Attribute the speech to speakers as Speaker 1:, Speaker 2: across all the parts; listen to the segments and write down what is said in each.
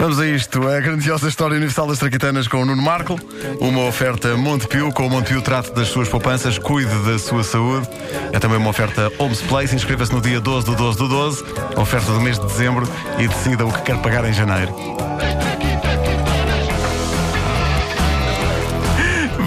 Speaker 1: Vamos a isto, a grandiosa história universal das traquitanas com o Nuno Marco, uma oferta Montepio, com o Montepio trate das suas poupanças, cuide da sua saúde. É também uma oferta Homes Place, inscreva-se no dia 12 do 12 do 12, oferta do mês de dezembro e decida o que quer pagar em janeiro.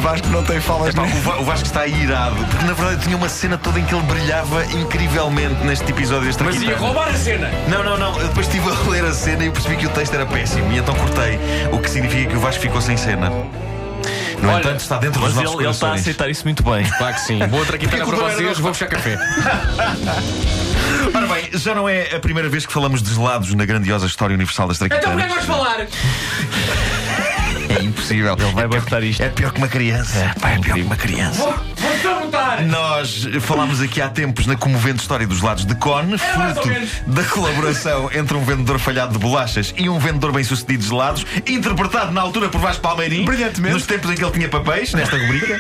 Speaker 1: Vasco não tem falas
Speaker 2: Pá,
Speaker 1: nem.
Speaker 2: o Va- o Vasco está irado, porque na verdade eu tinha uma cena toda em que ele brilhava incrivelmente neste episódio deste
Speaker 3: Mas ia roubar a cena!
Speaker 2: Não, não, não. Eu depois estive a ler a cena e percebi que o texto era péssimo e então cortei, o que significa que o Vasco ficou sem cena. No
Speaker 3: Olha,
Speaker 2: entanto, está dentro dos
Speaker 4: Mas
Speaker 2: nossos
Speaker 4: ele, ele está a
Speaker 2: corações.
Speaker 4: aceitar isso muito bem.
Speaker 3: Claro que sim. Boa traquitana para vocês, vou fechar café.
Speaker 2: Ora bem, já não é a primeira vez que falamos de gelados na grandiosa história universal das
Speaker 3: Então porquê é que
Speaker 2: traquitanas.
Speaker 3: vais falar?
Speaker 2: É impossível. Ele
Speaker 4: Vai botar isto.
Speaker 2: É pior que uma criança. Pá, é pior que uma criança.
Speaker 3: Vou- Vou-te perguntar!
Speaker 2: Nós falámos aqui há tempos na comovente história dos lados de Cone,
Speaker 3: mais ou
Speaker 2: fruto
Speaker 3: menos.
Speaker 2: da colaboração entre um vendedor falhado de bolachas e um vendedor bem-sucedido de gelados, interpretado na altura por Vasco Palmeirim,
Speaker 1: Brilhantemente.
Speaker 2: nos tempos em que ele tinha papéis, nesta rubrica.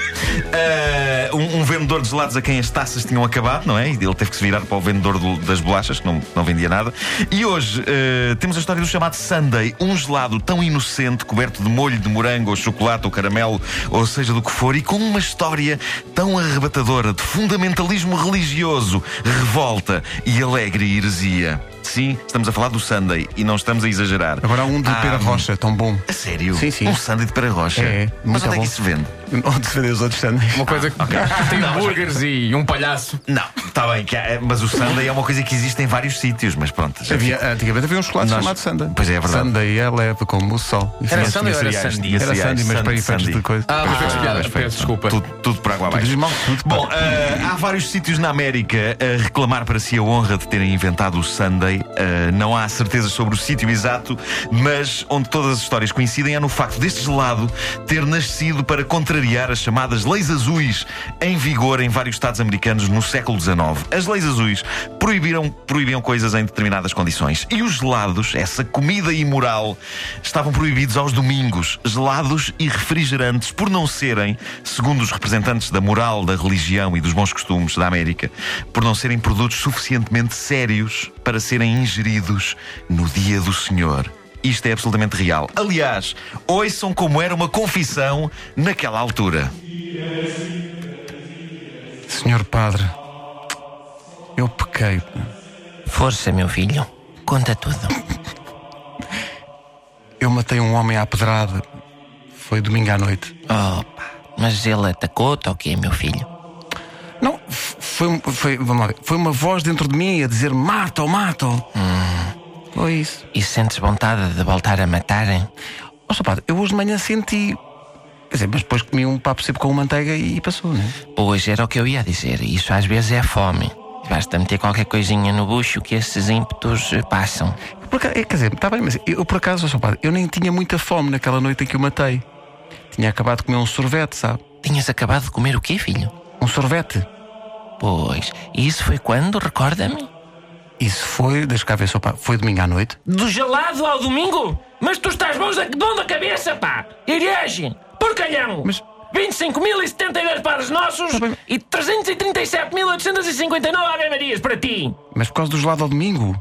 Speaker 2: Ah, um, um vendedor de gelados a quem as taças tinham acabado, não é? E ele teve que se virar para o vendedor do- das bolachas, que não, não vendia nada. E hoje ah, temos a história do chamado Sunday, um gelado tão inocente, coberto de molho de morango, ou chocolate, ou caramelo, ou seja do que for, e com uma história tão arrebatadora de fundamentalismo religioso, revolta e alegre heresia. Sim, estamos a falar do Sunday e não estamos a exagerar.
Speaker 1: Agora há um de
Speaker 2: Ah,
Speaker 1: Pera Rocha, tão bom.
Speaker 2: a sério?
Speaker 1: Sim, sim.
Speaker 2: Um sandy de pera rocha.
Speaker 1: É, é.
Speaker 2: Mas
Speaker 1: Muito
Speaker 2: onde é
Speaker 1: bom.
Speaker 2: que isso se vende?
Speaker 1: Onde se vê os outros sandes?
Speaker 3: Uma coisa que tem hambúrgueres e um palhaço.
Speaker 2: Não, está bem, que há- mas o sandy é uma coisa que existe em vários sítios, mas pronto. já
Speaker 1: Havia, antigamente havia um chocolate
Speaker 2: Nós-
Speaker 1: chamado Sanda.
Speaker 2: Pois é, é verdade.
Speaker 1: Sanda e é leve como o sol. E
Speaker 3: Era
Speaker 1: tinha-
Speaker 3: Sunday ou
Speaker 1: tinha
Speaker 3: era
Speaker 1: cereais.
Speaker 3: Sandy?
Speaker 1: Era
Speaker 2: Cereais,
Speaker 1: Sandy, mas
Speaker 2: Sunday,
Speaker 1: para efeitos
Speaker 2: Sunday.
Speaker 1: de coisa.
Speaker 3: Ah, mas peço piada,
Speaker 2: mas foi-
Speaker 3: peço desculpa.
Speaker 2: Tudo, tudo para água abaixo.
Speaker 1: Tudo mal, tudo
Speaker 2: Bom,
Speaker 1: para-
Speaker 2: eh, há vários sítios na América a reclamar para si a honra de terem inventado o Sunday. Eh, não há certeza sobre o sítio exato, mas onde todas as histórias coincidem é no facto deste gelado ter nascido para contrariar as chamadas leis azuis em vigor em vários Estados americanos no século XIX. As leis azuis proibiram, proibiam coisas em determinadas condições. E os gelados, essa comida imoral, estavam proibidos aos domingos. Gelados e refrigerantes, por não serem, segundo os representantes da moral, da religião e dos bons costumes da América, por não serem produtos suficientemente sérios para serem ingeridos no dia do Senhor. Isto é absolutamente real. Aliás, ouçam como era uma confissão naquela altura.
Speaker 1: Senhor Padre, eu pequei.
Speaker 5: Força, meu filho. Conta tudo.
Speaker 1: Eu matei um homem à pedrada. Foi domingo à noite.
Speaker 5: Opa, mas ele atacou-te ou quê, meu filho?
Speaker 1: Não, f- foi, um- foi, vamos lá ver, foi uma voz dentro de mim a dizer mata-o, mata-o.
Speaker 2: Hum.
Speaker 1: Foi isso.
Speaker 5: E sentes vontade de voltar a matarem?
Speaker 1: Ó, Sr. Padre, eu hoje de manhã senti. Quer dizer, mas depois comi um papo sempre com manteiga e, e passou, não é?
Speaker 5: Pois era o que eu ia dizer. Isso às vezes é fome. Basta meter qualquer coisinha no bucho que esses ímpetos eh, passam.
Speaker 1: Por acaso, é, quer dizer, está bem, mas eu por acaso, Sr. Padre, eu nem tinha muita fome naquela noite em que o matei. Tinha acabado de comer um sorvete, sabe?
Speaker 5: Tinhas acabado de comer o quê, filho?
Speaker 1: Um sorvete.
Speaker 5: Pois, e isso foi quando? Recorda-me.
Speaker 1: Isso foi, deixa cá ver, Sr. Padre, foi domingo à noite.
Speaker 5: Do gelado ao domingo? Mas tu estás bons da, bom da cabeça, pá! Herege! Porcalhão!
Speaker 1: Mas- Tá
Speaker 5: 25.072 pares nossos
Speaker 1: bem.
Speaker 5: e 337.859 ave-marias para ti!
Speaker 1: Mas por causa do gelado ao domingo.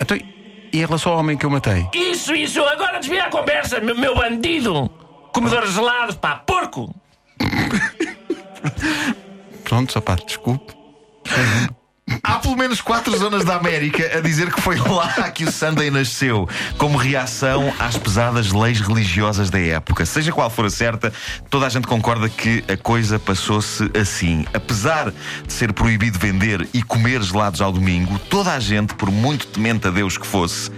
Speaker 1: Então, e em relação ao homem que eu matei?
Speaker 5: Isso, isso! Agora desvia a conversa, meu, meu bandido! Comedor de gelados, pá! Porco!
Speaker 1: Pronto, Sr. Padre, desculpe.
Speaker 2: Há pelo menos quatro zonas da América a dizer que foi lá que o Sunday nasceu, como reação às pesadas leis religiosas da época. Seja qual for a certa, toda a gente concorda que a coisa passou-se assim. Apesar de ser proibido vender e comer gelados ao domingo, toda a gente, por muito temente a Deus que fosse,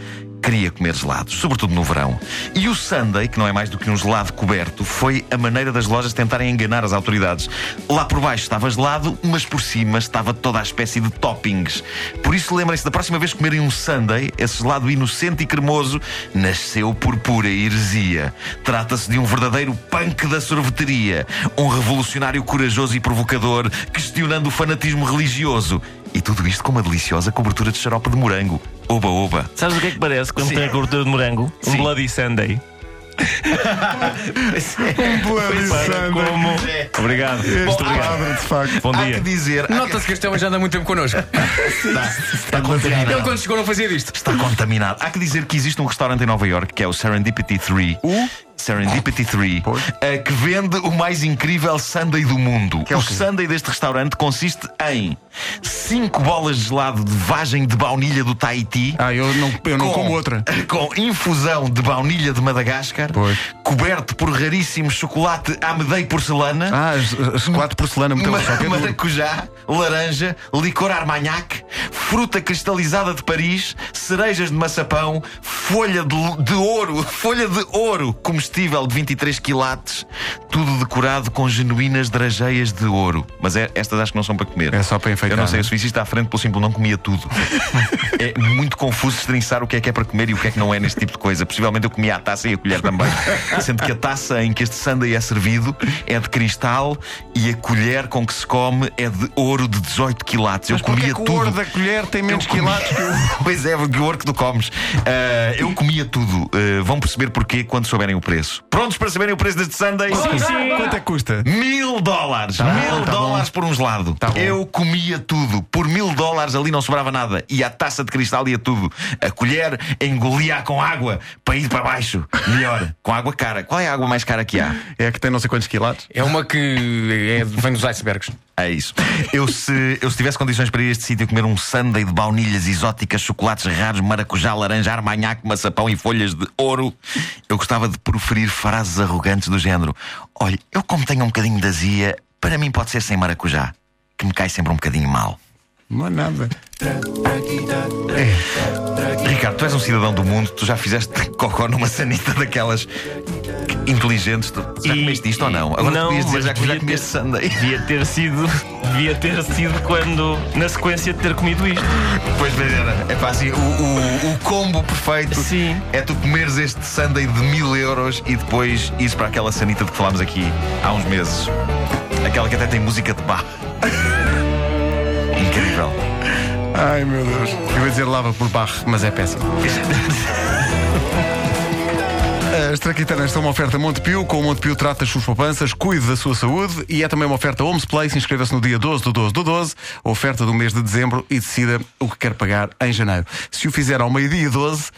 Speaker 2: queria comer gelados, sobretudo no verão. E o Sunday, que não é mais do que um gelado coberto, foi a maneira das lojas tentarem enganar as autoridades. Lá por baixo estava gelado, mas por cima estava toda a espécie de toppings. Por isso, lembrem-se, da próxima vez que comerem um Sunday, esse gelado inocente e cremoso nasceu por pura heresia. Trata-se de um verdadeiro punk da sorveteria, um revolucionário corajoso e provocador, questionando o fanatismo religioso. E tudo isto com uma deliciosa cobertura de xarope de morango. Oba, oba.
Speaker 4: Sabes o que é que parece quando
Speaker 2: Sim.
Speaker 4: tem a gordura de morango?
Speaker 2: Sim.
Speaker 4: Um Bloody Sunday.
Speaker 1: Um bloody
Speaker 2: Para
Speaker 1: Sunday.
Speaker 2: como. Obrigado.
Speaker 1: Este Ah,
Speaker 2: Bom, há-
Speaker 1: padre, de facto.
Speaker 2: Bom Há dia. que dizer. há
Speaker 3: Nota-se que este homem já anda muito tempo connosco.
Speaker 2: que- Está, está contaminado.
Speaker 3: Ele quando chegou não fazia disto.
Speaker 2: Está contaminado. Há que dizer que existe um restaurante em Nova York que é o Serendipity 3. O? Serendipity 3, eh, que vende o mais incrível sundae do mundo.
Speaker 1: é
Speaker 2: o sundae deste restaurante consiste em 5 bolas de gelado de vagem de baunilha do Tahiti.
Speaker 1: Ah, eu não, eu não
Speaker 2: com-
Speaker 1: como outra.
Speaker 2: Com infusão de baunilha de Madagascar,
Speaker 1: Pois.
Speaker 2: coberto por raríssimo chocolate amedei porcelana.
Speaker 1: Ah, as, as quatro porcelana, muito
Speaker 2: Ma-
Speaker 1: só que é duro.
Speaker 2: maracujá, laranja, licor armagnac, fruta cristalizada de Paris, cerejas de maçapão, folha de, de ouro, folha de ouro comestível de 23 quilates, tudo decorado com genuínas drageias de ouro. Mas é- estas acho que não são para comer.
Speaker 1: É só para enfeitar,
Speaker 2: Eu não sei,
Speaker 1: né?
Speaker 2: o suicista à frente pelo simples não comia tudo. é muito confuso estrinçar o que é que é para comer e o que é que não é neste tipo de coisa. Possivelmente eu comia a taça e a colher também. Sendo que a taça em que este sundae é servido é de cristal e a colher com que se come é de ouro de 18 quilates. Eu
Speaker 1: Porque
Speaker 2: comia
Speaker 1: é que o
Speaker 2: tudo.
Speaker 1: ouro da colher tem menos
Speaker 2: Eu comia-
Speaker 1: quilates que o.
Speaker 2: pois é, porque o ouro que tu comes. Ah, eu comia tudo. Ah, vão perceber porquê quando souberem o preço. Prontos para saberem o preço deste sundae?
Speaker 1: Quanto é que custa?
Speaker 2: Mil dólares! mil
Speaker 1: bom, tá
Speaker 2: dólares por um gelado.
Speaker 1: Tá bom.
Speaker 2: Eu comia tudo. Por mil dólares ali não sobrava nada. E a taça de cristal ia tudo. A colher engolia com água para ir para baixo. Melhor. com água cara. Qual é a água mais cara que há?
Speaker 1: É que tem não sei quantos quilates.
Speaker 3: É uma que é- vem dos icebergs.
Speaker 2: É isso. Eu se, eu se tivesse condições para ir a este sítio comer um sundae de baunilhas exóticas, chocolates raros, maracujá, laranja, armanhaque, maçapão e folhas de ouro, eu gostava de proferir frases arrogantes do género: Olha, eu como tenho um bocadinho de azia, para mim pode ser sem maracujá, que me cai sempre um bocadinho mal.
Speaker 1: Não é nada.
Speaker 2: Ricardo, tu és um cidadão do mundo, tu já fizeste cocó numa sanita daquelas inteligentes. Tu já
Speaker 4: E-
Speaker 2: comeste isto ou não?
Speaker 4: e-
Speaker 2: Agora tu
Speaker 4: não,
Speaker 2: podias dizer
Speaker 4: mas
Speaker 2: já que já
Speaker 4: devia
Speaker 2: comeste sundae.
Speaker 4: Devia ter sido, devia ter sido quando, na sequência de ter comido isto.
Speaker 2: Pois mas era, é pá, assim, o, o- o combo perfeito
Speaker 4: Sim.
Speaker 2: é tu comeres este sundae de mil euros e depois isso para aquela sanita de que falámos aqui há uns meses. Aquela que até tem música de bar. Incrível.
Speaker 1: Ai meu Deus. Eu ia dizer lava por barro, mas é péssimo. As traquitanas são uma oferta Montepio, com o Montepio trata as suas poupanças, cuide da sua saúde e é também uma oferta Homes Place. Inscreva-se no dia 12 do 12 do 12, oferta do mês de dezembro e decida o que quer pagar em janeiro. Se o fizer ao meio-dia e 12,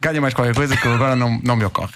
Speaker 1: ganha mais qualquer coisa que agora não, não me ocorre.